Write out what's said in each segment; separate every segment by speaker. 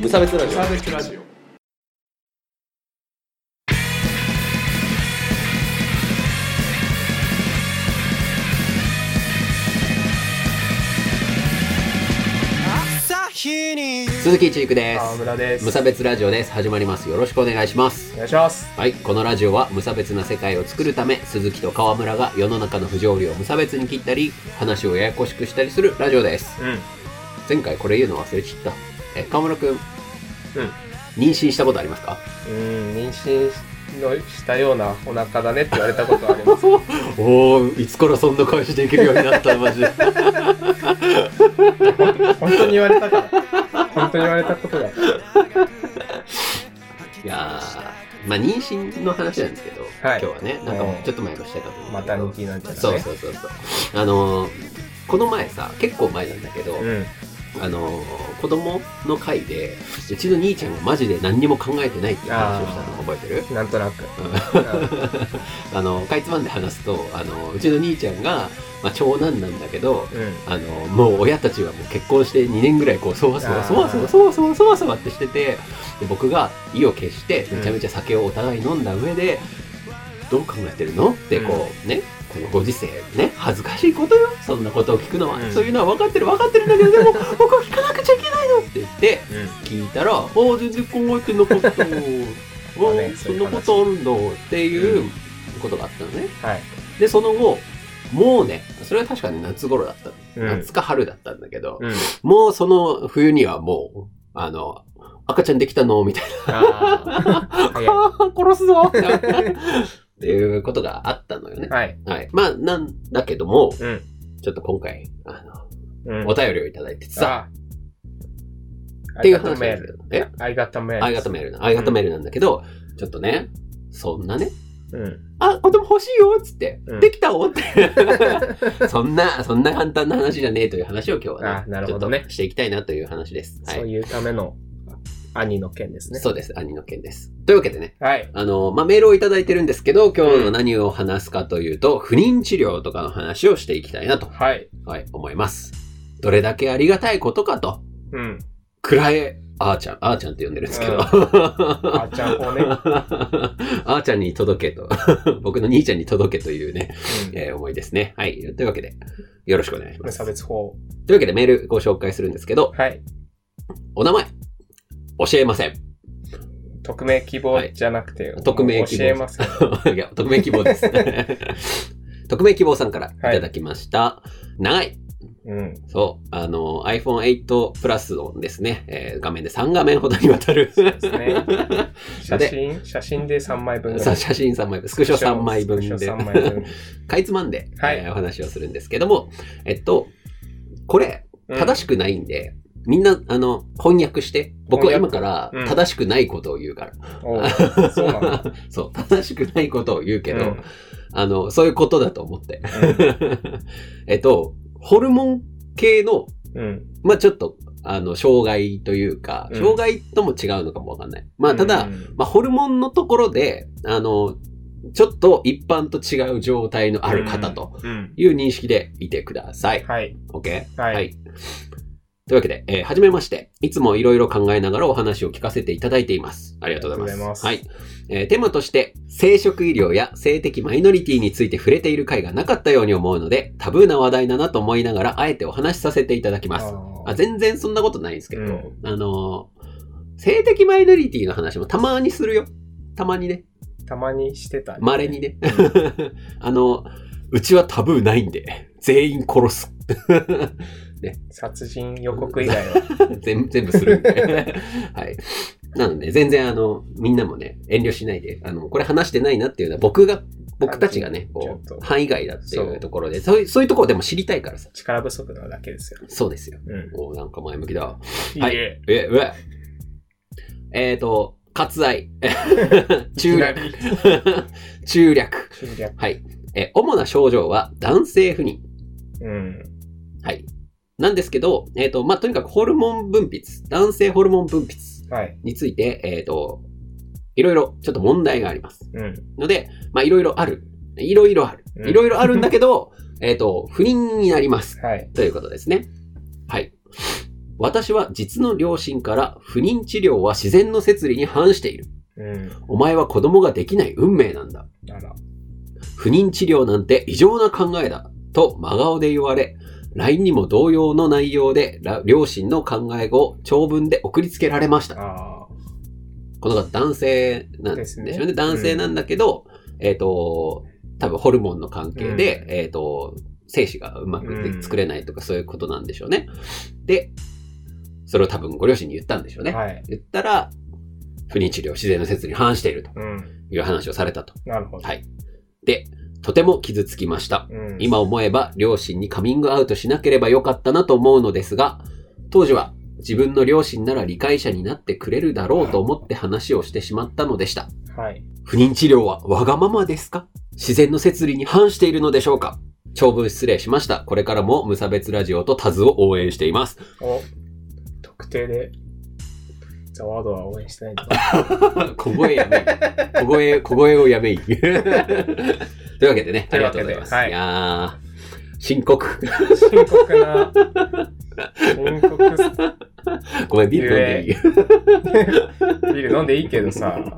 Speaker 1: 無差別ラジオ
Speaker 2: サーベスラジオ
Speaker 1: 鈴木一育で
Speaker 2: 川
Speaker 1: す
Speaker 2: 村です
Speaker 1: 無差別ラジオです始まりますよろしくお願いします
Speaker 2: お願いします
Speaker 1: はいこのラジオは無差別な世界を作るため鈴木と川村が世の中の不条理を無差別に切ったり話をややこしくしたりするラジオです
Speaker 2: うんうん
Speaker 1: 前回これ言うの忘れちゃったえ川村くん妊娠したことありますか
Speaker 2: うん妊娠のしたようなお腹だねって言われたことあります
Speaker 1: おおいつからそんな返しできるようになったマジで
Speaker 2: 本当に言われたから本当に言われたことだ
Speaker 1: いやーまあ妊娠の話なんですけど、
Speaker 2: はい
Speaker 1: 今日はねなんかもうちょっと前もしたいかと思う
Speaker 2: マ
Speaker 1: んだ
Speaker 2: タ
Speaker 1: けど
Speaker 2: ニティなんちゃらね
Speaker 1: そうそうそうそうあのーこの前さ結構前なんだけど、
Speaker 2: うん
Speaker 1: あのー子供の会でうちの兄ちゃんがマジで何にも考えてないっていう話をしたの覚えてる
Speaker 2: なんとなく
Speaker 1: あのかいつまんで話すとあのうちの兄ちゃんが、まあ、長男なんだけど
Speaker 2: うんうん
Speaker 1: あのもう親たちはもう結婚して2年ぐらいこうそわそわ
Speaker 2: あー
Speaker 1: そわそわそわそわそわそわってしててで僕が意を決してめちゃめちゃ酒をお互い飲んだ上で、どう考えてるのってこうねこのご時世ね恥ずかしいことよそんなことを聞くのは、
Speaker 2: うん
Speaker 1: そういうのは分かってる分かってるんだけどでも 僕は聞かなくちゃいけないのって言って聞いたら「ああ全然考えてなかった」あ
Speaker 2: まあね
Speaker 1: ー「そん
Speaker 2: そういう
Speaker 1: な
Speaker 2: 話
Speaker 1: ことあるんだ」っていううことがあったのね。
Speaker 2: はい
Speaker 1: で、その後、もうね、それは確かに夏頃だったの。
Speaker 2: うん
Speaker 1: 夏か春だったんだけど、
Speaker 2: うん
Speaker 1: もうその冬にはもう、あの、赤ちゃんできたのみたい
Speaker 2: あー
Speaker 1: な。
Speaker 2: 早い
Speaker 1: 殺すぞって なったっていうことがあったのよね。
Speaker 2: はい
Speaker 1: はい。まあ、なんだけども、
Speaker 2: うん
Speaker 1: ちょっと今回、あの、
Speaker 2: うん
Speaker 1: お便りをいただいてさ、
Speaker 2: さあ
Speaker 1: っていう話なん
Speaker 2: メ
Speaker 1: だ
Speaker 2: ー
Speaker 1: け
Speaker 2: ル
Speaker 1: ど。え
Speaker 2: 相方メール
Speaker 1: 相方メールな、相方メールなんだけど、ちょっとね、そんなね、
Speaker 2: うん
Speaker 1: あ、子供欲しいよっつって、
Speaker 2: うん
Speaker 1: できたよって。 そんな、そんな簡単な話じゃねえという話を今日は
Speaker 2: あなるほどね
Speaker 1: ちょっとしていきたいなという話です。はい。
Speaker 2: そういうための兄の件ですね
Speaker 1: そうです、兄の件です。というわけでね、
Speaker 2: はい
Speaker 1: あの、まあ、メールをいただいてるんですけど、今日の何を話すかというと、不妊治療とかの話をしていきたいなと、
Speaker 2: はい
Speaker 1: はい、思います。どれだけありがたいことかと、
Speaker 2: うん
Speaker 1: くらえ、あーちゃん、あーちゃんって呼んでるんですけど。
Speaker 2: うん
Speaker 1: あ
Speaker 2: あーちゃんをね
Speaker 1: あーちゃんに届けと、 僕の兄ちゃんに届けというね、
Speaker 2: うん
Speaker 1: えー思いですね。はい。というわけで、よろしくお願いしま
Speaker 2: 無
Speaker 1: す。
Speaker 2: 差別法
Speaker 1: というわけでメールご紹介するんですけど、
Speaker 2: はい
Speaker 1: お名前、教えません。
Speaker 2: 匿名希望じゃなくて、
Speaker 1: い匿名希望
Speaker 2: 教えますよ
Speaker 1: いや、匿名希望 です。匿名希望さんからいただきました。長い。
Speaker 2: うん
Speaker 1: そう。あの、iPhone8 プラスのですね、えー画面で3画面ほどにわたる。
Speaker 2: ですね写真写真で3枚分ぐ ら
Speaker 1: さあ
Speaker 2: い
Speaker 1: 写真3枚分、スクショ3枚分
Speaker 2: スクシ
Speaker 1: で
Speaker 2: ョ、三枚分
Speaker 1: かいつまんで、
Speaker 2: はい
Speaker 1: えーお話をするんですけども、えっと、これ、
Speaker 2: うん
Speaker 1: 正しくないんで、みんな、あの、翻訳して。僕は今から
Speaker 2: うん
Speaker 1: 正しくないことを言うから。
Speaker 2: おうそうなんだ
Speaker 1: そう、正しくないことを言うけど、
Speaker 2: うん
Speaker 1: あの、そういうことだと思って。 えっと、ホルモン系の、
Speaker 2: うん
Speaker 1: まあちょっと、あの、障害というか、
Speaker 2: うん
Speaker 1: 障害とも違うのかもわかんない。まあただ、
Speaker 2: うん
Speaker 1: まあホルモンのところで、あの、ちょっと一般と違う状態のある方と
Speaker 2: うん
Speaker 1: いう認識でいてください。
Speaker 2: はい、
Speaker 1: OK?
Speaker 2: はい
Speaker 1: というわけで、えーはじめまして。いつもいろいろ考えながらお話を聞かせていただいています。ありがとうございます。
Speaker 2: あり
Speaker 1: はい。えーテーマとして、生殖医療や性的マイノリティについて触れている回がなかったように思うので、タブーな話題だなと思いながら、あえてお話しさせていただきます。
Speaker 2: ー
Speaker 1: あ全然そんなことないんですけど、
Speaker 2: うん
Speaker 1: あのー性的マイノリティの話もたまにするよ。たまにね。
Speaker 2: たまにしてたり
Speaker 1: 稀にね。 あの、うちはタブーないんで、全員殺す。
Speaker 2: 殺人予告以外は
Speaker 1: 全全部するん で。はい。なので、全然あの、みんなもね、遠慮しないで、あの、これ話してないなっていうのは僕が、僕たちがね、
Speaker 2: ちょ
Speaker 1: こ
Speaker 2: っ
Speaker 1: う
Speaker 2: と、
Speaker 1: 範囲外だってい
Speaker 2: そう
Speaker 1: うところで、そういう、そういうところでも知りたいからさ。
Speaker 2: 力不足なだけですよ、
Speaker 1: そうですよ。
Speaker 2: うん、
Speaker 1: おーなんか前向きだ。
Speaker 2: い
Speaker 1: はいい
Speaker 2: え
Speaker 1: え、うわ。えっ、ー、と、割愛。 中略。
Speaker 2: 略
Speaker 1: 中略。
Speaker 2: 中略
Speaker 1: はい。え、主な症状は男性不妊。
Speaker 2: うん
Speaker 1: はい。なんですけど、えっ、と、まあ、とにかくホルモン分泌。男性ホルモン分泌。
Speaker 2: はい
Speaker 1: について、えっ、と、いろいろちょっと問題があります。
Speaker 2: うん
Speaker 1: ので、まあ、いろいろある。いろいろある。
Speaker 2: うん
Speaker 1: いろいろあるん だけど、えっと、不妊になります。
Speaker 2: はい
Speaker 1: ということですね。はい。私は実の両親から不妊治療は自然の摂理に反している。
Speaker 2: うん。
Speaker 1: お前は子供ができない運命なんだ。
Speaker 2: あら。
Speaker 1: 不妊治療なんて異常な考えだ。と真顔で言われ、LINE にも同様の内容でら両親の考えを長文で送りつけられました。
Speaker 2: あ
Speaker 1: この方男性なんですね。
Speaker 2: です
Speaker 1: ね
Speaker 2: ね
Speaker 1: 男性なんだけど、えっ、と、多分ホルモンの関係で、
Speaker 2: うん
Speaker 1: えっ、と、精子がうまく作れないとかそういうことなんでしょうね。で、それを多分ご両親に言ったんでしょう
Speaker 2: あ。
Speaker 1: ね。
Speaker 2: はい。
Speaker 1: 言ったら、不妊治療、自然の説に反していると
Speaker 2: うん。
Speaker 1: いう話をされたと。
Speaker 2: なるほど。
Speaker 1: はいで、とても傷つきました。
Speaker 2: うん。
Speaker 1: 今思えば両親にカミングアウトしなければよかったなと思うのですが、当時は自分の両親なら理解者になってくれるだろうと思って話をしてしまったのでした。
Speaker 2: はい。
Speaker 1: 不妊治療はわがままですか自然の摂理に反しているのでしょうか長文失礼しました。これからも無差別ラジオとタズを応援しています。
Speaker 2: お、特定で、ザワードは応援してないんだ。
Speaker 1: 小声やめい。小声、小声をやめい。 というわけでね、ありがとうございます。
Speaker 2: と
Speaker 1: い、
Speaker 2: いうわけではい
Speaker 1: やー、深刻。
Speaker 2: 深刻な、深刻さ
Speaker 1: ごめん、ビール飲んでいい
Speaker 2: ビール飲んでいいけどさ、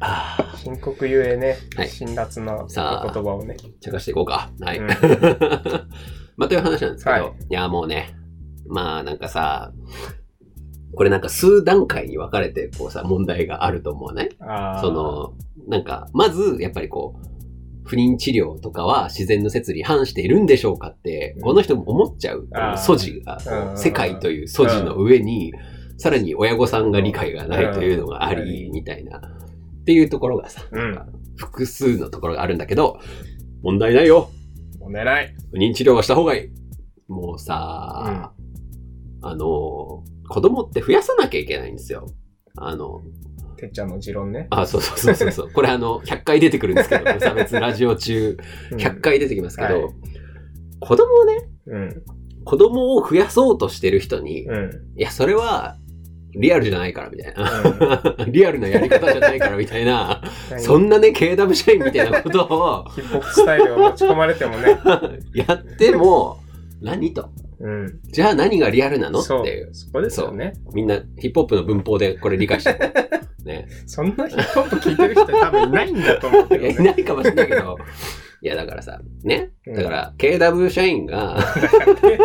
Speaker 1: あー
Speaker 2: 深刻ゆえね、
Speaker 1: はい
Speaker 2: 辛辣なお言
Speaker 1: さあ
Speaker 2: 葉をね。
Speaker 1: 茶化していこうか。はい。
Speaker 2: うん
Speaker 1: まあ、という話なんですけど、
Speaker 2: はい
Speaker 1: い、や、もうね、まあ、なんかさ、これなんか数段階に分かれて、こうさ、問題があると思うね。
Speaker 2: あー
Speaker 1: そ、の、なんか、まず、やっぱりこう、不妊治療とかは自然の説理反しているんでしょうかって、
Speaker 2: うん
Speaker 1: この人も思っちゃう
Speaker 2: あー
Speaker 1: 素地が
Speaker 2: う、ん
Speaker 1: 世界という素地の上に、さらに親御さんが理解がないというのがあり、
Speaker 2: うん
Speaker 1: みたいな、っていうところがさ、
Speaker 2: う
Speaker 1: な
Speaker 2: ん
Speaker 1: んか複数のところがあるんだけど、問題ないよ
Speaker 2: お願い。
Speaker 1: 不妊治療はした方がいいもうさ、あの、子供って増やさなきゃいけないんですよ。あの、
Speaker 2: てっちゃんの持論ね。
Speaker 1: あ、そうそうそうそうそう。これあの、100回出てくるんですけど、無差別ラジオ中、
Speaker 2: うん
Speaker 1: 100。回出てきますけど、
Speaker 2: はい
Speaker 1: 子供をね、
Speaker 2: うん。
Speaker 1: 子供を増やそうとしてる人に、い
Speaker 2: うん。
Speaker 1: や、それは、リアルじゃないから、みたいな。
Speaker 2: う
Speaker 1: リアルなやり方じゃないから、みたいな。
Speaker 2: ん
Speaker 1: そんなね、KW 社員みたいなことを
Speaker 2: ヒップホップスタイルを持ち込まれてもね。
Speaker 1: やっても、何と。
Speaker 2: うん。
Speaker 1: じゃあ何がリアルなのって
Speaker 2: そう
Speaker 1: いう。。
Speaker 2: そこですよね。
Speaker 1: みんな、ヒップホップの文法でこれ理解してる。ね。
Speaker 2: そんなヒップホップ聞いてる人多分いないんだと思うけ
Speaker 1: いや、い
Speaker 2: どね。
Speaker 1: ないかもしれないけど。いや、だからさ、ね。
Speaker 2: うん
Speaker 1: だから、KW 社員が、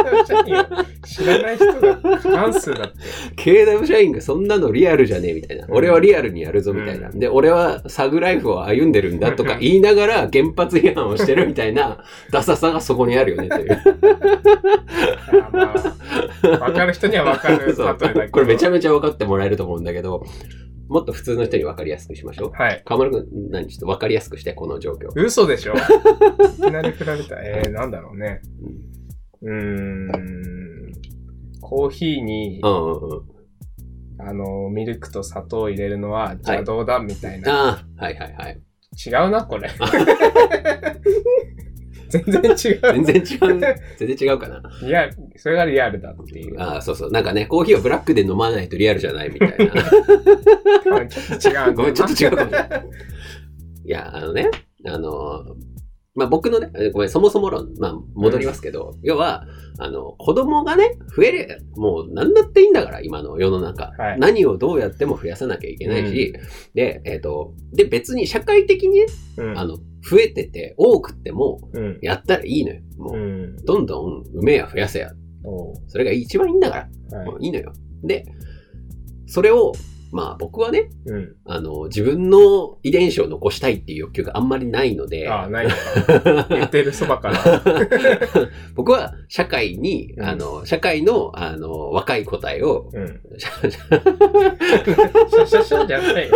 Speaker 2: 知らない人が過半数だって。
Speaker 1: KW 社員がそんなのリアルじゃねえみたいな。
Speaker 2: うん
Speaker 1: 俺はリアルにやるぞみたいな。
Speaker 2: うん
Speaker 1: で、俺はサグライフを歩んでるんだとか言いながら原発批判をしてるみたい な、ダサさがそこにあるよねという。
Speaker 2: あまあ、わかる人にはわかる例 え
Speaker 1: そう
Speaker 2: だけど。
Speaker 1: これめちゃめちゃ分かってもらえると思うんだけど、もっと普通の人に分かりやすくしましょう。
Speaker 2: はい。
Speaker 1: 河村君、何ちょっと分かりやすくして、この状況。
Speaker 2: 嘘でしょいきなり振られた。えー、なんだろうね。うーん。コーヒーに、
Speaker 1: うんうんうん。
Speaker 2: あの、ミルクと砂糖を入れるのは邪道だみたいな。
Speaker 1: ああ、はいはいはい。
Speaker 2: 違うな、 これ。全然違う。
Speaker 1: 全然 違う。全然違うかな。
Speaker 2: リアル、それがリアルだっていう。
Speaker 1: ああ、そうそう。なんかね、コーヒーをブラックで飲まないとリアルじゃないみたい
Speaker 2: 多分ちょっと 違う
Speaker 1: な。
Speaker 2: んだ
Speaker 1: ごめん、ちょっと
Speaker 2: う。
Speaker 1: 違うかもしれない。 いや、あのね、あの、まあ、僕のね、えごめん、そもそも論、まあ、戻りますけど、要は、あの、子供がね、増えれ、もう何だっていいんだから、今の世の中。
Speaker 2: はい
Speaker 1: 何をどうやっても増やさなきゃいけないし、で、えっ、と、で、別に社会的にね、
Speaker 2: うん
Speaker 1: あの、増えてて、多くっても、
Speaker 2: うん。
Speaker 1: やったらいいのよ。もう、
Speaker 2: うん。
Speaker 1: どんどん、埋めや増やせや。
Speaker 2: おう
Speaker 1: それが一番いいんだから。
Speaker 2: はい
Speaker 1: もういいのよ。で、それを、まあ僕はね、
Speaker 2: うん。
Speaker 1: あの、自分の遺伝子を残したいっていう欲求があんまりないので、
Speaker 2: ああ、ないのか。言ってるそばから。
Speaker 1: 僕は社会に、
Speaker 2: うん
Speaker 1: あの、社会の、あの、若い個体を、
Speaker 2: うん。
Speaker 1: 社
Speaker 2: シャシャシャじゃないよ。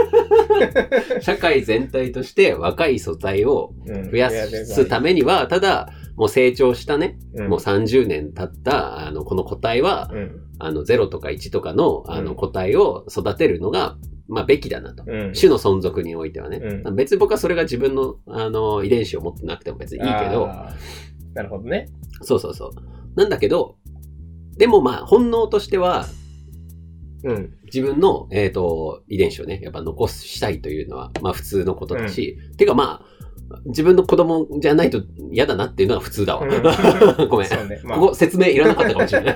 Speaker 1: 社会全体として若い素材を
Speaker 2: うん
Speaker 1: 増やすためには、ただ、もう成長したね、
Speaker 2: うん
Speaker 1: もう30年経った、あの、この個体は、
Speaker 2: うん。
Speaker 1: あの、0とか1とかの、あ
Speaker 2: う
Speaker 1: の、
Speaker 2: ん
Speaker 1: 個体を育てるのが、まあ、べきだなと。
Speaker 2: うん。
Speaker 1: 種の存続においてはね、
Speaker 2: う
Speaker 1: 別に僕はそれが自分のあの遺伝子を持ってなくても別にいいけど
Speaker 2: あー。なるほどね。
Speaker 1: そうそうそうなんだけどでもまあ本能としては
Speaker 2: うん。
Speaker 1: 自分の、えー、と遺伝子をねやっぱ残したいというのはまあ普通のことだし、てかまあ自分の子供じゃないと嫌だなっていうのは普通だわ。 ごめん。
Speaker 2: そうね。まあ、
Speaker 1: ここ説明いらなかったかもしれ ない。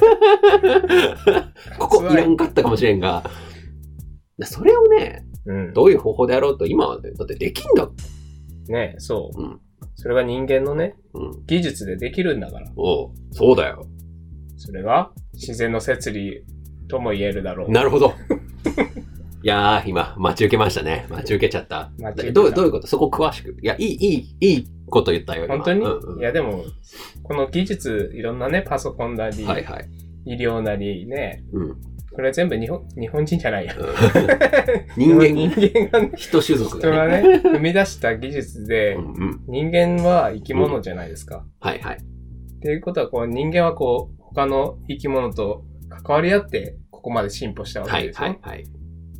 Speaker 1: ここいらんかったかもしれんが、それをね、
Speaker 2: うん。
Speaker 1: どういう方法でやろうと今はねだってできんだ。
Speaker 2: ねそう、
Speaker 1: うん
Speaker 2: それが人間のね、
Speaker 1: うん。
Speaker 2: 技術でできるんだから。
Speaker 1: おうそうだよ。
Speaker 2: それが自然の摂理とも言えるだろう。
Speaker 1: なるほ ど。いやー、今、待ち受けましたね。待ち受けちゃった。
Speaker 2: 待ち受けた
Speaker 1: どうどういうことそこ詳しく。いや、いい、いい、いいこと言ったよ。今
Speaker 2: 本当に、
Speaker 1: うんうん
Speaker 2: いやでも、この技術、いろんなね、パソコンなり、
Speaker 1: はいはい。
Speaker 2: 医療なりね、
Speaker 1: うん。
Speaker 2: これ全部日本日本人じゃないや。
Speaker 1: 人
Speaker 2: 人
Speaker 1: 間、
Speaker 2: 間がね、
Speaker 1: 人種族
Speaker 2: 人
Speaker 1: がね。
Speaker 2: がね、生み出した技術で
Speaker 1: う、んうん。
Speaker 2: 人間は生き物じゃないですか。
Speaker 1: はいはい。
Speaker 2: っていうことは、こう、人間はこう、他の生き物と関わり合って、ここまで進歩したわ
Speaker 1: は
Speaker 2: け
Speaker 1: い
Speaker 2: でしょ、
Speaker 1: はいはい。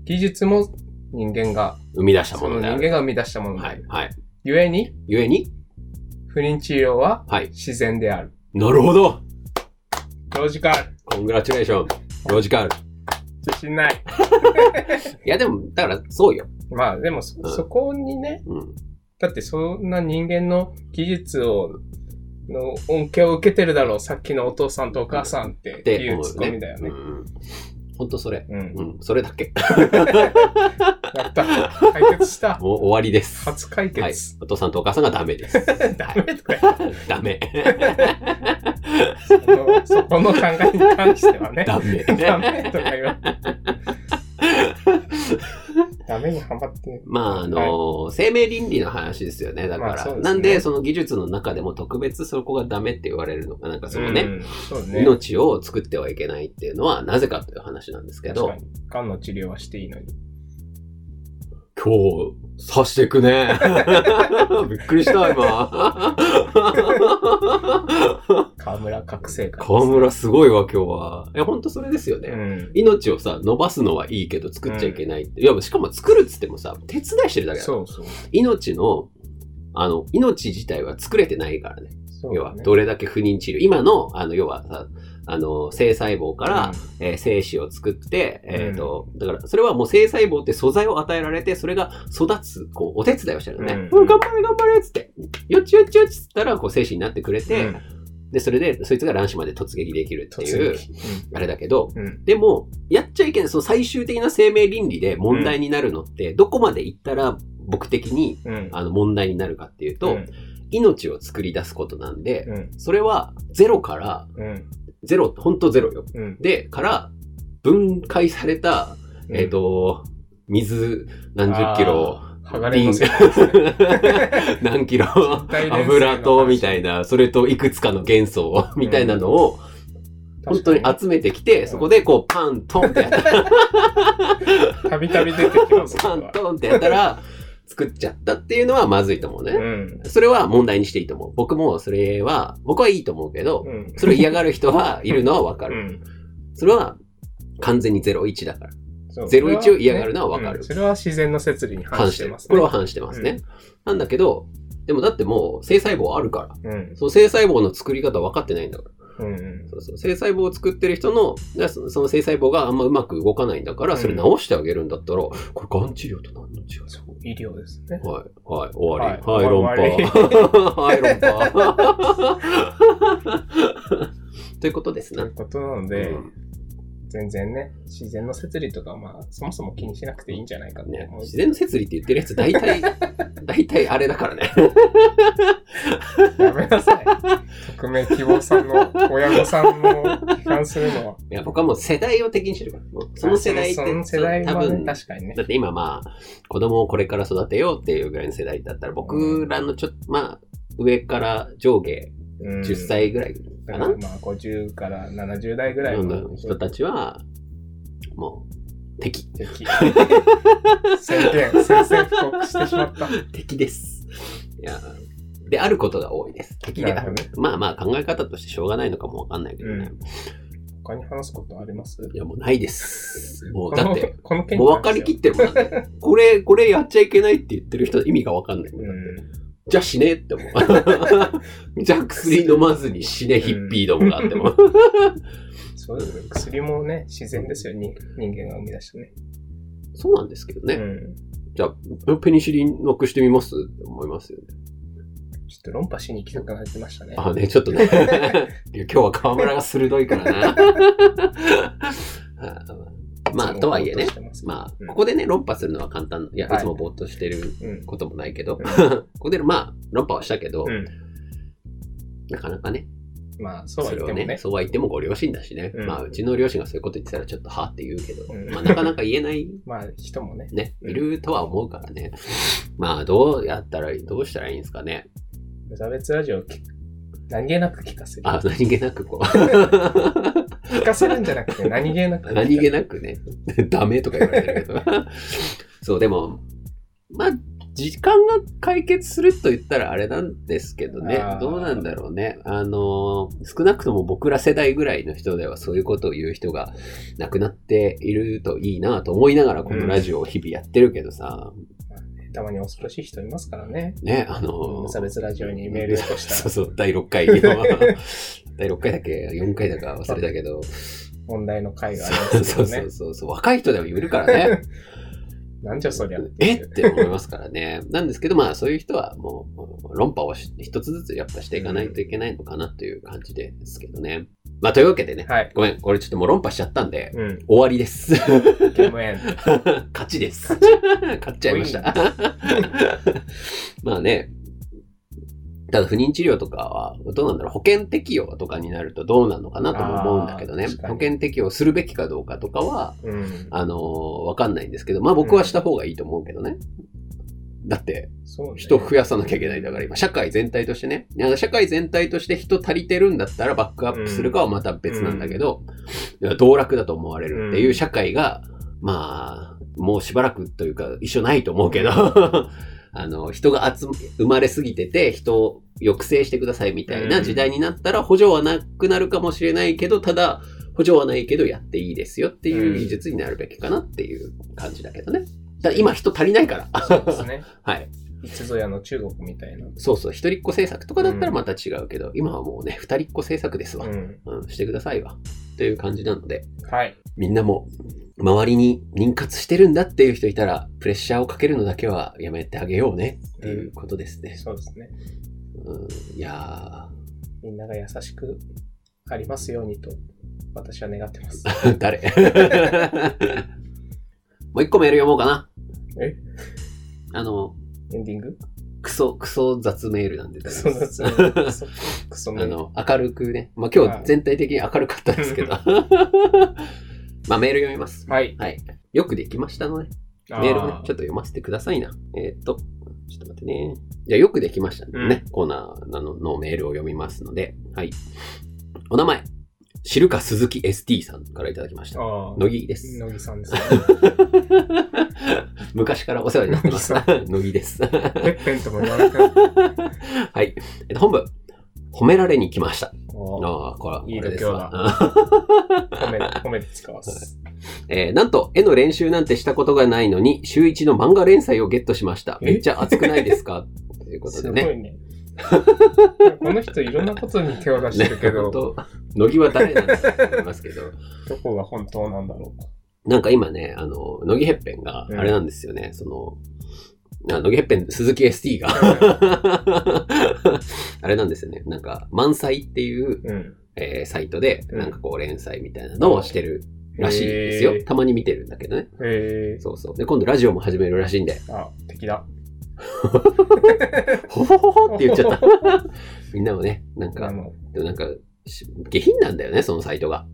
Speaker 2: 技術も人間が、
Speaker 1: 生み出した
Speaker 2: そ
Speaker 1: も
Speaker 2: の
Speaker 1: のであ
Speaker 2: 人間
Speaker 1: る。
Speaker 2: が生み出したものであ
Speaker 1: はい
Speaker 2: る。
Speaker 1: はい。
Speaker 2: ゆえに、
Speaker 1: ゆえに、
Speaker 2: 不妊治療は
Speaker 1: はい。
Speaker 2: 自然である。
Speaker 1: なるほど
Speaker 2: ロジカル。
Speaker 1: コングラチュレーション。ロジカル。
Speaker 2: 自信ない。
Speaker 1: いやでも、だから、そうよ。
Speaker 2: まあでもそ、
Speaker 1: うん
Speaker 2: そこにね、
Speaker 1: うん。
Speaker 2: だってそんな人間の技術を、の恩恵を受けてるだろう。さっきのお父さんとお母さんって
Speaker 1: って
Speaker 2: いう
Speaker 1: 思
Speaker 2: ツ
Speaker 1: う
Speaker 2: ッコ
Speaker 1: よ
Speaker 2: ミ
Speaker 1: ね。
Speaker 2: だよね。
Speaker 1: うんうん。ほんとそれ。
Speaker 2: うん
Speaker 1: う。ん、それだけ。
Speaker 2: やった。解決した。
Speaker 1: もう終わりです。
Speaker 2: 初
Speaker 1: は
Speaker 2: 解
Speaker 1: い
Speaker 2: 決。。
Speaker 1: お父さんとお母さんがダメです。
Speaker 2: ダメとか言っ
Speaker 1: ダ メ。
Speaker 2: てもそこの考えに関してはね。
Speaker 1: ダメ。
Speaker 2: ダメとか言われて。 ダメにハマってね。
Speaker 1: まあ、あの生命倫理の話ですよね。だから、
Speaker 2: まあそうですね
Speaker 1: なんで、その技術の中でも特別そこがダメって言われるのか、なんかそのね、
Speaker 2: うん。そうね。
Speaker 1: 命を作ってはいけないっていうのはなぜかという話なんですけ
Speaker 2: 確
Speaker 1: ど
Speaker 2: か、に。癌の治療はしていいのに。
Speaker 1: 今日、刺していくね。 びっくりした、今。
Speaker 2: 河村覚醒感。
Speaker 1: 河村すごいわ、今日は。え、ほんとそれですよね。
Speaker 2: うん。
Speaker 1: 命をさ、伸ばすのはいいけど作っちゃいけないって。いや、しかも作るっつってもさ、手伝いしてるだけだから
Speaker 2: そうそう。
Speaker 1: 命の、あの、命自体は作れてないからね。
Speaker 2: そう
Speaker 1: 要
Speaker 2: だ
Speaker 1: は、
Speaker 2: ね
Speaker 1: どれだけ不妊治療。今の、あの、要はさ、あの、性細胞から、えー精子を作って、えっ、と、だから、それはもう性細胞って素材を与えられて、それが育つ、こう、お手伝いをしてるのね。
Speaker 2: うん
Speaker 1: うん頑張れ、頑張れっつって、よちよちよちっつったら、こう、精子になってくれて、
Speaker 2: うん、
Speaker 1: で、それで、そいつが卵子まで突撃できるって
Speaker 2: 突
Speaker 1: いう、
Speaker 2: 撃。
Speaker 1: あれだけど、
Speaker 2: うん。うん
Speaker 1: でも、やっちゃいけない、その最終的な生命倫理で問題になるのって、どこまで行ったら、僕的に、
Speaker 2: うん。
Speaker 1: あの、問題になるかっていうと、
Speaker 2: うん
Speaker 1: 命を作り出すことなんで、
Speaker 2: うん。
Speaker 1: それはゼロから、
Speaker 2: うん。
Speaker 1: ゼロ、ほんとゼロよ。
Speaker 2: うん。
Speaker 1: で、から分解された、えっ、と、水何十キロ、
Speaker 2: うん、剥がれの世界ですね。
Speaker 1: 何キロ、
Speaker 2: 体連成の
Speaker 1: 油と、みたいな、それといくつかの元素を、みたいなのを、本当に集めてきて、そこでこう、パン、トンってやっ たら、
Speaker 2: たびたび出てきます。
Speaker 1: パン、トンってやったら、作っちゃったっていうのはまずいと思う
Speaker 2: う
Speaker 1: ね。
Speaker 2: ん。
Speaker 1: それは問題にしていいと思う。僕もそれは、僕はいいと思うけど
Speaker 2: う、ん。
Speaker 1: それを嫌がる人はいるのはわか
Speaker 2: う
Speaker 1: る。
Speaker 2: ん。
Speaker 1: それは完全に01だから。
Speaker 2: そう
Speaker 1: ゼロ一を嫌がるのはわかる
Speaker 2: うんそれは自然の摂理に反
Speaker 1: 反
Speaker 2: し
Speaker 1: して
Speaker 2: て
Speaker 1: る
Speaker 2: ま。す、ね。
Speaker 1: これは反してますね。
Speaker 2: う
Speaker 1: なんだけど、でもだってもう性細胞あるから。
Speaker 2: うん。
Speaker 1: その性細胞の作り方分かってないんだから。
Speaker 2: うん。うん
Speaker 1: そうそう。性細胞を作ってる人の、じゃあそその性細胞があんまうまく動かないんだから、それ直してあげるんだったら、これ、がん治療と何の違い
Speaker 2: そう、医療ですね。
Speaker 1: はい、はい、終わり。は
Speaker 2: はい
Speaker 1: い、論破。 はい、論破。 ということです
Speaker 2: と
Speaker 1: な
Speaker 2: いう。ことなので、
Speaker 1: うん
Speaker 2: 全然ね、自然の摂理とか、まあ、そもそも気にしなくていいんじゃないかって
Speaker 1: ね、
Speaker 2: 思う。
Speaker 1: 自然の摂理って言ってるやつ、大体、大体あれだからね。
Speaker 2: やめなさい。匿名希望さんの親御さんを批判するのは。
Speaker 1: いや、僕はもう世代を敵にしてるから。もうその世代って、
Speaker 2: その世代
Speaker 1: 多
Speaker 2: はね、
Speaker 1: 分、
Speaker 2: 確かにね。
Speaker 1: だって今まあ、子供をこれから育てようっていうぐらいの世代だったら、僕らのちょっと、まあ、上から上下
Speaker 2: うん
Speaker 1: 10歳ぐらい
Speaker 2: だ
Speaker 1: か
Speaker 2: か
Speaker 1: な、
Speaker 2: らまあ、50から70代ぐらいの
Speaker 1: の人たちは、もう、敵。
Speaker 2: 敵。宣言、宣戦布告してしまった。
Speaker 1: 敵です。いや、であることが多いです。敵である。
Speaker 2: なる
Speaker 1: まあまあ考え方としてしょうがないのかもわかんないけどね。
Speaker 2: 他に話すことあります
Speaker 1: いやもうないです。もう
Speaker 2: こ
Speaker 1: だ
Speaker 2: の
Speaker 1: って、、
Speaker 2: この件
Speaker 1: もう分かりきってるもんだって。これ、これやっちゃいけないって言ってる人意味がわかんないもん。
Speaker 2: うん。
Speaker 1: じゃあ死ねって思う。じゃあ薬飲まずに死ねヒッピーどもがあって も。
Speaker 2: そうですね。薬もね、自然ですよ。人人間が生み出したね。
Speaker 1: そうなんですけどね。
Speaker 2: うん。
Speaker 1: じゃあ、ペニシリンなくしてみますって思いますよね。
Speaker 2: ちょっと論破しに行きたくなってましたね。
Speaker 1: あね、ちょっとね。いや今日は河村が鋭いから な。まあ、とはいえね。まあ、ここでね、論破するのは簡単。いや、
Speaker 2: はい
Speaker 1: いつもぼーっとしてる
Speaker 2: うん。
Speaker 1: こともないけど、
Speaker 2: う
Speaker 1: ここで、まあ、論破はしたけど、
Speaker 2: うん。
Speaker 1: なかなかね、
Speaker 2: まあ、そうは
Speaker 1: そ
Speaker 2: 言
Speaker 1: れを
Speaker 2: っても
Speaker 1: ね
Speaker 2: ね。
Speaker 1: そうは言ってもご両親だしね、
Speaker 2: うん
Speaker 1: まあ、うちの両親がそういうこと言ってたら、ちょっとはあって言うけど、
Speaker 2: うん
Speaker 1: まあ、なかなか言えない
Speaker 2: まあ、人もね。
Speaker 1: ね、
Speaker 2: うん
Speaker 1: いるとは思うからね。 まあ、どうやったら、どうしたらいいんですかね。
Speaker 2: 無差別ラジオを聞何気なく聞かせる。
Speaker 1: あ、何気なくこう。
Speaker 2: 聞かせるんじゃなくて、何気なく。
Speaker 1: 何気なくね、 ダメとか言われてるけど。 そう、でも、まあ、時間が解決すると言ったらあれなんですけどね
Speaker 2: あー。
Speaker 1: どうなんだろうね。あの、少なくとも僕ら世代ぐらいの人ではそういうことを言う人がなくなっているといいなと思いながらこのラジオを日々やってるけどさ、
Speaker 2: たまに恐ろしい人いますからね。
Speaker 1: ね、あの
Speaker 2: 無、差別ラジオにメールを越した
Speaker 1: そうそう、第6回 の、第6回だっけ、4回だか忘れたけど、
Speaker 2: 問題の回があり
Speaker 1: そう
Speaker 2: ます
Speaker 1: そ
Speaker 2: け
Speaker 1: う
Speaker 2: どね。
Speaker 1: そうそう、若い人でもいるからね。
Speaker 2: なんじゃそりゃってい
Speaker 1: えっ
Speaker 2: う。
Speaker 1: て思いますからね。なんですけど、まあそういう人はもう論破をし一つずつやっぱしていかないといけないのかなという感じですけどね。まあというわけでね、
Speaker 2: はい。
Speaker 1: ごめん、これちょっともう論破しちゃったんで、
Speaker 2: うん。
Speaker 1: 終わりです。
Speaker 2: ゲームエンド。
Speaker 1: 勝ちです。 勝っちゃいました。 まあね、ただ不妊治療とかは、どうなんだろう、保険適用とかになるとどうなのかなとも思うんだけどね
Speaker 2: あー、確か
Speaker 1: 保
Speaker 2: に
Speaker 1: 険適用するべきかどうかとかは、
Speaker 2: うん。
Speaker 1: あのーわかんないんですけど、まあ僕はした方がいいと思うけどね。だって、
Speaker 2: そうね。
Speaker 1: 人増やさなきゃいけないんだから、今、社会全体としてね。いや社会全体として人足りてるんだったらバックアップするかはまた別なんだけど、いや道楽だと思われるっていう社会が、まあ、もうしばらくというか、一緒ないと思うけど、 あの、人が集ま生まれすぎてて、人を抑制してくださいみたいな時代になったら、補助はなくなるかもしれないけど、ただ、補助はないけどやっていいですよっていう技術になるべきかなっていう感じだけどね。ただ今人足りないから。
Speaker 2: そうですね。
Speaker 1: はい。
Speaker 2: いつぞやの中国みたいな。
Speaker 1: そうそう、一人っ子政策とかだったらまた違うけど、今はもうね、二人っ子政策ですわ
Speaker 2: う。ん。
Speaker 1: うん、してくださいわ。という感じなので、
Speaker 2: はい。
Speaker 1: みんなも、周りに妊活してるんだっていう人いたら、プレッシャーをかけるのだけはやめてあげようねっていうことですね。
Speaker 2: そうですね。
Speaker 1: うん、いや
Speaker 2: みんなが優しくありますようにと、私は願ってます。
Speaker 1: ー、 誰もう一個メール読もうかな。
Speaker 2: え
Speaker 1: あの、
Speaker 2: エンディング
Speaker 1: クソ、クソ雑メールなんで。
Speaker 2: クソのつクソ、クソ
Speaker 1: あ
Speaker 2: の
Speaker 1: の、明るくね。まあ、今日全体的に明るかったです けど。 まあ、メール読みます。
Speaker 2: はい。
Speaker 1: はい。よくできましたので、メールをね、ちょっと読ませてくださいな。えーっと、ちょっと待ってね。じゃあ、よくできましたのでね、コーナーなののメールを読みますので、はい。お名前、知るか鈴木 ST さんからいただきました。
Speaker 2: ああ。
Speaker 1: 乃木です。
Speaker 2: 乃木さんですね。
Speaker 1: 昔からお世話になってます。
Speaker 2: 乃
Speaker 1: 乃木です。は
Speaker 2: ペッペンとも言われてない。
Speaker 1: い。えっと、本部、褒められに来ました。
Speaker 2: おー
Speaker 1: ああ、これは、こ
Speaker 2: いい
Speaker 1: れです
Speaker 2: 度胸
Speaker 1: わ。
Speaker 2: だ褒め、褒めて使わす。
Speaker 1: えーなんと、絵の練習なんてしたことがないのに、週一の漫画連載をゲットしました。
Speaker 2: え
Speaker 1: めっちゃ熱くないです かということ
Speaker 2: す
Speaker 1: で
Speaker 2: ごい
Speaker 1: ね。
Speaker 2: ね。この人いろんなことに手を出してるけ
Speaker 1: ね
Speaker 2: ど、
Speaker 1: 本
Speaker 2: ど
Speaker 1: 当乃木は誰なんだと思いますけど。
Speaker 2: こが本当なんだろ
Speaker 1: なんか今ね、あの、乃木へっぺんが、あ
Speaker 2: うん
Speaker 1: れなんですよね、その、あ乃木へっぺん、鈴木 ST が、 あれなんですよね、なんか、満載っていう、
Speaker 2: う。うん。
Speaker 1: えーサイトで、
Speaker 2: うん
Speaker 1: なんかこう、連載みたいなのをしてるらしいですよ。
Speaker 2: へ
Speaker 1: たまに見てるんだけどね。
Speaker 2: ー。へ
Speaker 1: そうそう。で、今度ラジオも始めるらしいんで、
Speaker 2: ーあ、敵だ。
Speaker 1: ほほほほって言っちゃ った。みんなもね、なん
Speaker 2: あ
Speaker 1: か、
Speaker 2: の、
Speaker 1: でもなんか、し下品なんだよね、そのサイトが。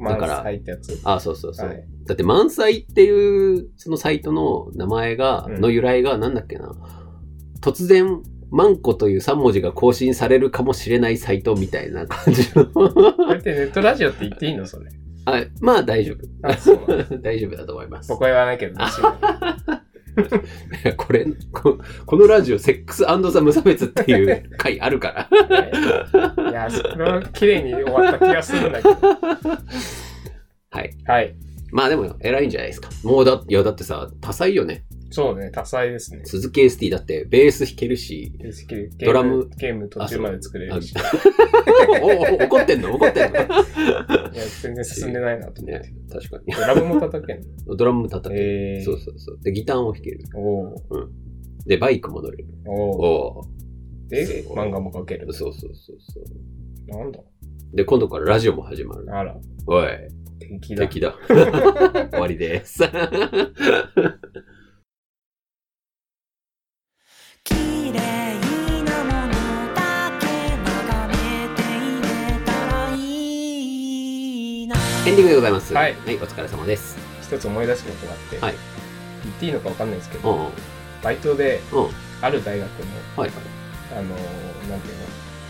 Speaker 2: マ
Speaker 1: だから
Speaker 2: ンサイってやつ。
Speaker 1: ああ、そうそうそう。
Speaker 2: はい
Speaker 1: だって、満載っていう、そのサイトの名前が、
Speaker 2: うん
Speaker 1: の由来が、なんだっけな。突然、万個という3文字が更新されるかもしれないサイトみたいな感じの。
Speaker 2: こ れってネットラジオって言っていいのそれ。
Speaker 1: あまあ、大丈夫。
Speaker 2: あ、そうなの
Speaker 1: 大丈夫だと思います。
Speaker 2: 僕は言わない けど、一応
Speaker 1: これこ、このラジオ、セックスザ無差別っていう回あるから。
Speaker 2: いや、それは綺麗に終わった気がするんだけ ど。
Speaker 1: はい。
Speaker 2: はい。
Speaker 1: まあでも、偉いんじゃないですか。もうだ、いや、だってさ、多彩よね。
Speaker 2: そうね、多彩ですね。
Speaker 1: 鈴木 ST だってベース弾けるし、
Speaker 2: ゲーム
Speaker 1: ドラム。
Speaker 2: ゲーム途中まで作れ
Speaker 1: あ
Speaker 2: るし。い
Speaker 1: おお怒ってんの怒ってんの、
Speaker 2: や、全然進んでないなと思っ
Speaker 1: ね
Speaker 2: て。、
Speaker 1: 確か
Speaker 2: ドラムも叩 けん
Speaker 1: に。ドラム叩
Speaker 2: の。
Speaker 1: ける、
Speaker 2: えー。
Speaker 1: そうそうそう。で、ギターも弾ける。
Speaker 2: おー
Speaker 1: で、バイクも乗れる。
Speaker 2: おー
Speaker 1: おお
Speaker 2: で、
Speaker 1: そう
Speaker 2: 漫画も描ける。
Speaker 1: そうそうそうそう。
Speaker 2: なんだ
Speaker 1: で、今度からラジオも始まる。
Speaker 2: あら、
Speaker 1: おい、
Speaker 2: 敵だ。
Speaker 1: 敵だ。 終わりです。
Speaker 3: 「きれいなものだけ眺めていれたらいいな」
Speaker 1: エンディングでございます。
Speaker 2: はい
Speaker 1: お疲れ様です。
Speaker 2: 一つ思い出したことがあって、
Speaker 1: はい
Speaker 2: 言っていいのかわかんないですけ
Speaker 1: うん
Speaker 2: ど、
Speaker 1: うん。うん。
Speaker 2: バイトで、
Speaker 1: はい
Speaker 2: ある大学の、
Speaker 1: はい。
Speaker 2: あのー、なんていうの、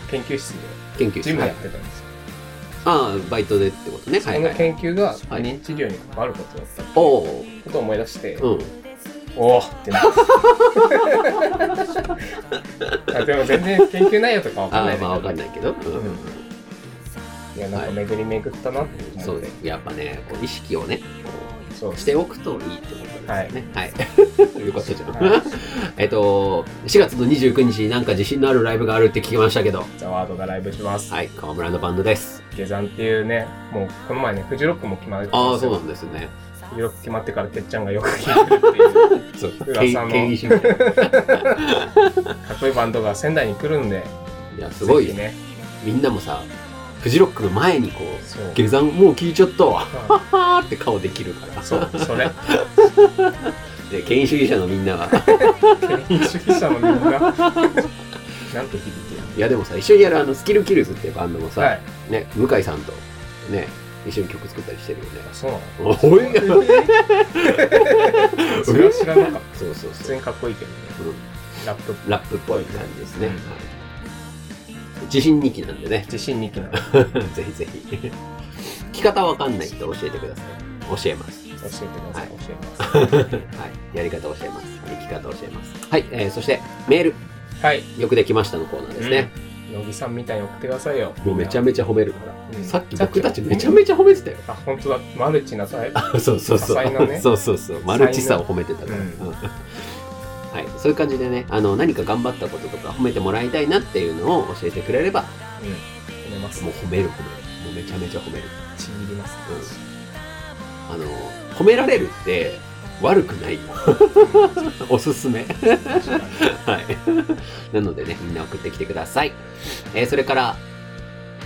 Speaker 2: 研究室で
Speaker 1: 研究
Speaker 2: ジ
Speaker 1: 室。
Speaker 2: ム
Speaker 1: は
Speaker 2: や
Speaker 1: い
Speaker 2: っ。てたんですよ。
Speaker 1: ああ、バイトでってことね。はいは
Speaker 2: その
Speaker 1: い。
Speaker 2: 研究が
Speaker 1: い
Speaker 2: 認知量に関わることだった
Speaker 1: おおー。
Speaker 2: ことを思い出して、
Speaker 1: うん。
Speaker 2: おおっ てなった。あでも全然研究内容とかわかん
Speaker 1: あ
Speaker 2: な
Speaker 1: あ、
Speaker 2: い
Speaker 1: まあわかん
Speaker 2: い。
Speaker 1: ないけど。うん
Speaker 2: うんいや、なんか巡り巡ったなって思って。
Speaker 1: そうです。やっぱね、こう意識をね、こ
Speaker 2: そう
Speaker 1: う
Speaker 2: で
Speaker 1: し
Speaker 2: す。
Speaker 1: ておくといいってことですね。はい。 よかったじゃ
Speaker 2: は
Speaker 1: ん。 えっと、4月の29日、なんか自信のあるライブがあるって聞きましたけど、
Speaker 2: ザワードがライブします。
Speaker 1: はい、川村のバンドです。
Speaker 2: 下山っていうね、もうこの前ね、フジロックも決まって
Speaker 1: ああ、
Speaker 2: す
Speaker 1: そう
Speaker 2: よ
Speaker 1: なんですね。
Speaker 2: フジロック決まってからてっちゃんがよく聞いてるっていう、
Speaker 1: そう、
Speaker 2: 噂
Speaker 1: 権威
Speaker 2: の
Speaker 1: 権威主義
Speaker 2: かっこいいバンドが仙台に来るんで、
Speaker 1: いや、すごい
Speaker 2: ぜ
Speaker 1: よ
Speaker 2: ひ
Speaker 1: ね。
Speaker 2: ね。
Speaker 1: みんなもさ、フジロックの前にこう、
Speaker 2: そう。
Speaker 1: 下山もう聞いちゃったわ。
Speaker 2: う
Speaker 1: はーって顔できるから。
Speaker 2: んそう、そ れ。
Speaker 1: で、権威主義者のみんなは。
Speaker 2: 権威主義者のみん な。なんと響き
Speaker 1: いや、でもさ、一緒にやるあの、スキルキルズっていうバンドもさ、
Speaker 2: や。はい。
Speaker 1: ね、向井さんと、ね、一緒に曲作ったりしてるよね。
Speaker 2: そうなの
Speaker 1: おい
Speaker 2: それは知らなかった。
Speaker 1: そうそう
Speaker 2: 普
Speaker 1: そ
Speaker 2: 通
Speaker 1: う。
Speaker 2: にかっこいいけどね。
Speaker 1: うん
Speaker 2: ラップ
Speaker 1: ラップっぽい感じですね。
Speaker 2: うん
Speaker 1: はい自信日記なんでね。
Speaker 2: 自信に気なの教
Speaker 1: ぜひぜひ。着方わかんない人教えてください。教えます。
Speaker 2: えてください、
Speaker 1: は
Speaker 2: 教えます。
Speaker 1: はい。やり方教えます。生き方教えます。はい。えーそして、メール。
Speaker 2: はい。
Speaker 1: よくできましたのコーナーですね。
Speaker 2: うん。乃木さんみたいに送ってくださいよ。
Speaker 1: もうめちゃめちゃ褒めるから。
Speaker 2: うん
Speaker 1: さっき僕たちめちゃめちゃ褒めてたよ。
Speaker 2: あ、本当だ。マルチなさい。
Speaker 1: そうそうそ
Speaker 2: 多彩な
Speaker 1: う。
Speaker 2: ね
Speaker 1: そうそうそう。マルチさを褒めてたから。
Speaker 2: う
Speaker 1: うんんはい、そういう感じでねあの何か頑張ったこととか褒めてもらいたいなっていうのを教えてくれれば
Speaker 2: うん。褒めます。
Speaker 1: もう褒める褒めるもうめちゃめちゃ褒める、
Speaker 2: ちぎります。
Speaker 1: うん、あの褒められるって悪くないよ おすすめ はいなのでねみんな送ってきてください、えーそれから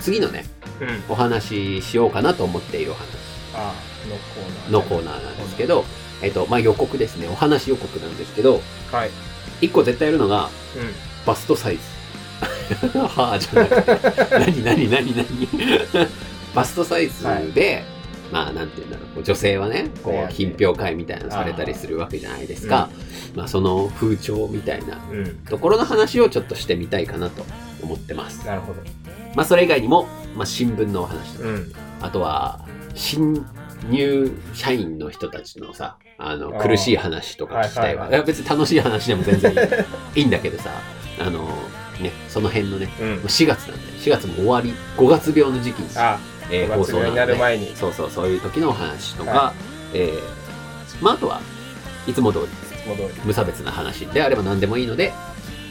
Speaker 1: 次のね
Speaker 2: うん。
Speaker 1: お話ししようかなと思っているお話
Speaker 2: あ、のコーナー。
Speaker 1: のコーナーなんですけど、えっとまあ、予告ですねお話予告なんですけど
Speaker 2: はい。う
Speaker 1: 1個絶対やるのが
Speaker 2: ん。
Speaker 1: バストサイズ はあじゃなくて何何何何バストサイズで、まあなんて言うんだろうこう女性はね
Speaker 2: ね
Speaker 1: こう品評会みたいなのされたりするわけじゃないですか、まあ、その風潮みたいな
Speaker 2: うん。
Speaker 1: ところの話をちょっとしてみたいかなと思ってます、
Speaker 2: なるほど。
Speaker 1: まあ、それ以外にも、まあ、新聞のお話とか、
Speaker 2: うん。
Speaker 1: あとは新入社員の人たちのさあの
Speaker 2: あー
Speaker 1: 苦しい話とか聞きたいわ、
Speaker 2: はいはいはい
Speaker 1: いや別に楽しい話でも全然いいいいんだけどさ あのねその辺のね
Speaker 2: うん
Speaker 1: もう。4月なんで4月も終わり5月病の時期に、
Speaker 2: あ、
Speaker 1: えー
Speaker 2: 五
Speaker 1: 放
Speaker 2: 月
Speaker 1: 送なの
Speaker 2: 病に
Speaker 1: で
Speaker 2: なる前に、い
Speaker 1: そうそうそういう時のお話とか、
Speaker 2: は
Speaker 1: えーまああとはいつも通り
Speaker 2: つも通り。
Speaker 1: 無差別な話であれば何でもいいので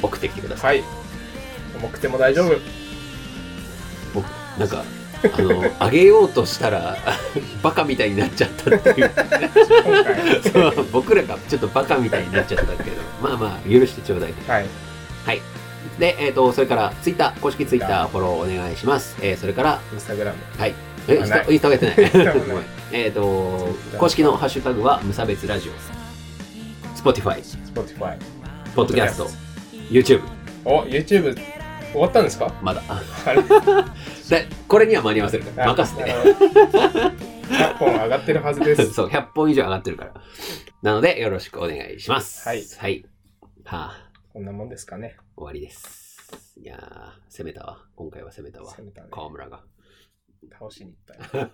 Speaker 1: 送ってきてください
Speaker 2: はい。重くても大丈夫。
Speaker 1: 僕なんかあの上げようとしたら バカみたいになっちゃったっていう
Speaker 2: 今回。
Speaker 1: そう 僕らがちょっとバカみたいになっちゃったけどまあまあ許してちょうだい
Speaker 2: はい。
Speaker 1: はいでえっ、とそれからツイッター公式ツイッターフォローお願いします、えーそれから
Speaker 2: インスタグラム。
Speaker 1: はいえ
Speaker 2: あ
Speaker 1: インスタ
Speaker 2: ない
Speaker 1: インスタ上げ て
Speaker 2: タ
Speaker 1: な
Speaker 2: が
Speaker 1: い
Speaker 2: な い
Speaker 1: ごめんえっ、と公式のハッシュタグは無差別ラジオ Spotify
Speaker 2: Spotify。
Speaker 1: ポッドキャスト YouTube
Speaker 2: お、YouTube 終わったんですか
Speaker 1: まだ
Speaker 2: あれ
Speaker 1: でこれには間に合わせるから
Speaker 2: あ
Speaker 1: 任せて
Speaker 2: なるほど100本上がってるはずで す。
Speaker 1: そう、100本以上上がってるから。なので、よろしくお願いします。
Speaker 2: はい
Speaker 1: はい。はあ、
Speaker 2: こんなもんですかね。
Speaker 1: 終わりです。いやー、攻めたわ。今回は攻めたわ
Speaker 2: 攻。めたね
Speaker 1: 川村が。
Speaker 2: 倒しに行ったよ。